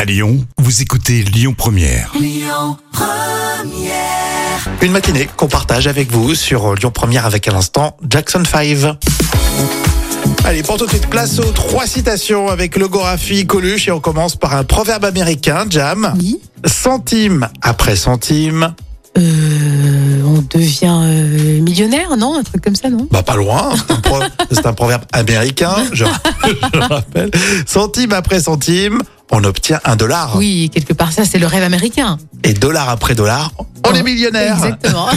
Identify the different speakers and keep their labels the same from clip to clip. Speaker 1: À Lyon, vous écoutez Lyon Première.
Speaker 2: Une matinée qu'on partage avec vous sur Lyon Première avec à l'instant Jackson 5. Allez, pour tout de suite, place aux trois citations avec le Gorafi, Coluche et on commence par un proverbe américain, Jam.
Speaker 3: Oui.
Speaker 2: Centime après centime,
Speaker 3: Euh, on devient euh, millionnaire, non Un truc comme ça, non
Speaker 2: bah pas loin, c'est un, pro- c'est un proverbe américain, je, je rappelle. Centime après centime, on obtient un dollar.
Speaker 3: Oui, quelque part, ça, c'est le rêve américain.
Speaker 2: Et dollar après dollar, on est millionnaire.
Speaker 3: Exactement.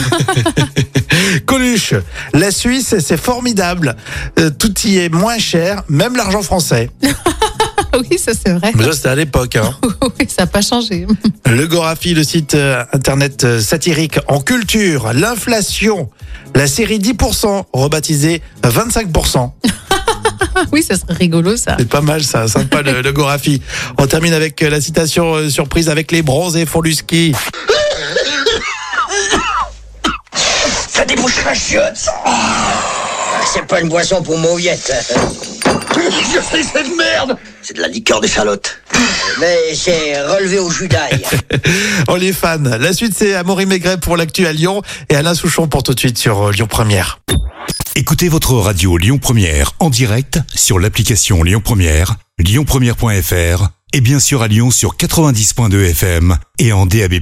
Speaker 2: Coluche, la Suisse, c'est formidable. Euh, tout y est moins cher, même l'argent français.
Speaker 3: oui, ça, c'est vrai.
Speaker 2: Mais ça, c'était à l'époque. hein.
Speaker 3: Oui, ça n'a pas changé.
Speaker 2: Le Gorafi, le site euh, internet euh, satirique en culture, l'inflation, la série 10%, rebaptisée 25%.
Speaker 3: oui, ça serait rigolo, ça.
Speaker 2: C'est pas mal ça, sympa le, le Gorafi. On termine avec euh, la citation euh, surprise avec les bronzés font du ski.
Speaker 4: Ça débouche ma chiotte. ça. Ah, C'est pas une boisson pour mauviette. Je fais cette merde Ah. C'est de la liqueur d'échalote. Mais c'est relevé au jus d'ail.
Speaker 2: On Oh, les fans. La suite, c'est Amaury Maigret pour l'actu à Lyon et Alain Souchon pour tout de suite sur euh, Lyon Première.
Speaker 1: Écoutez votre radio Lyon Première en direct sur l'application Lyon Première, lyonpremière.fr et bien sûr à Lyon sur 90.2 FM et en DAB+.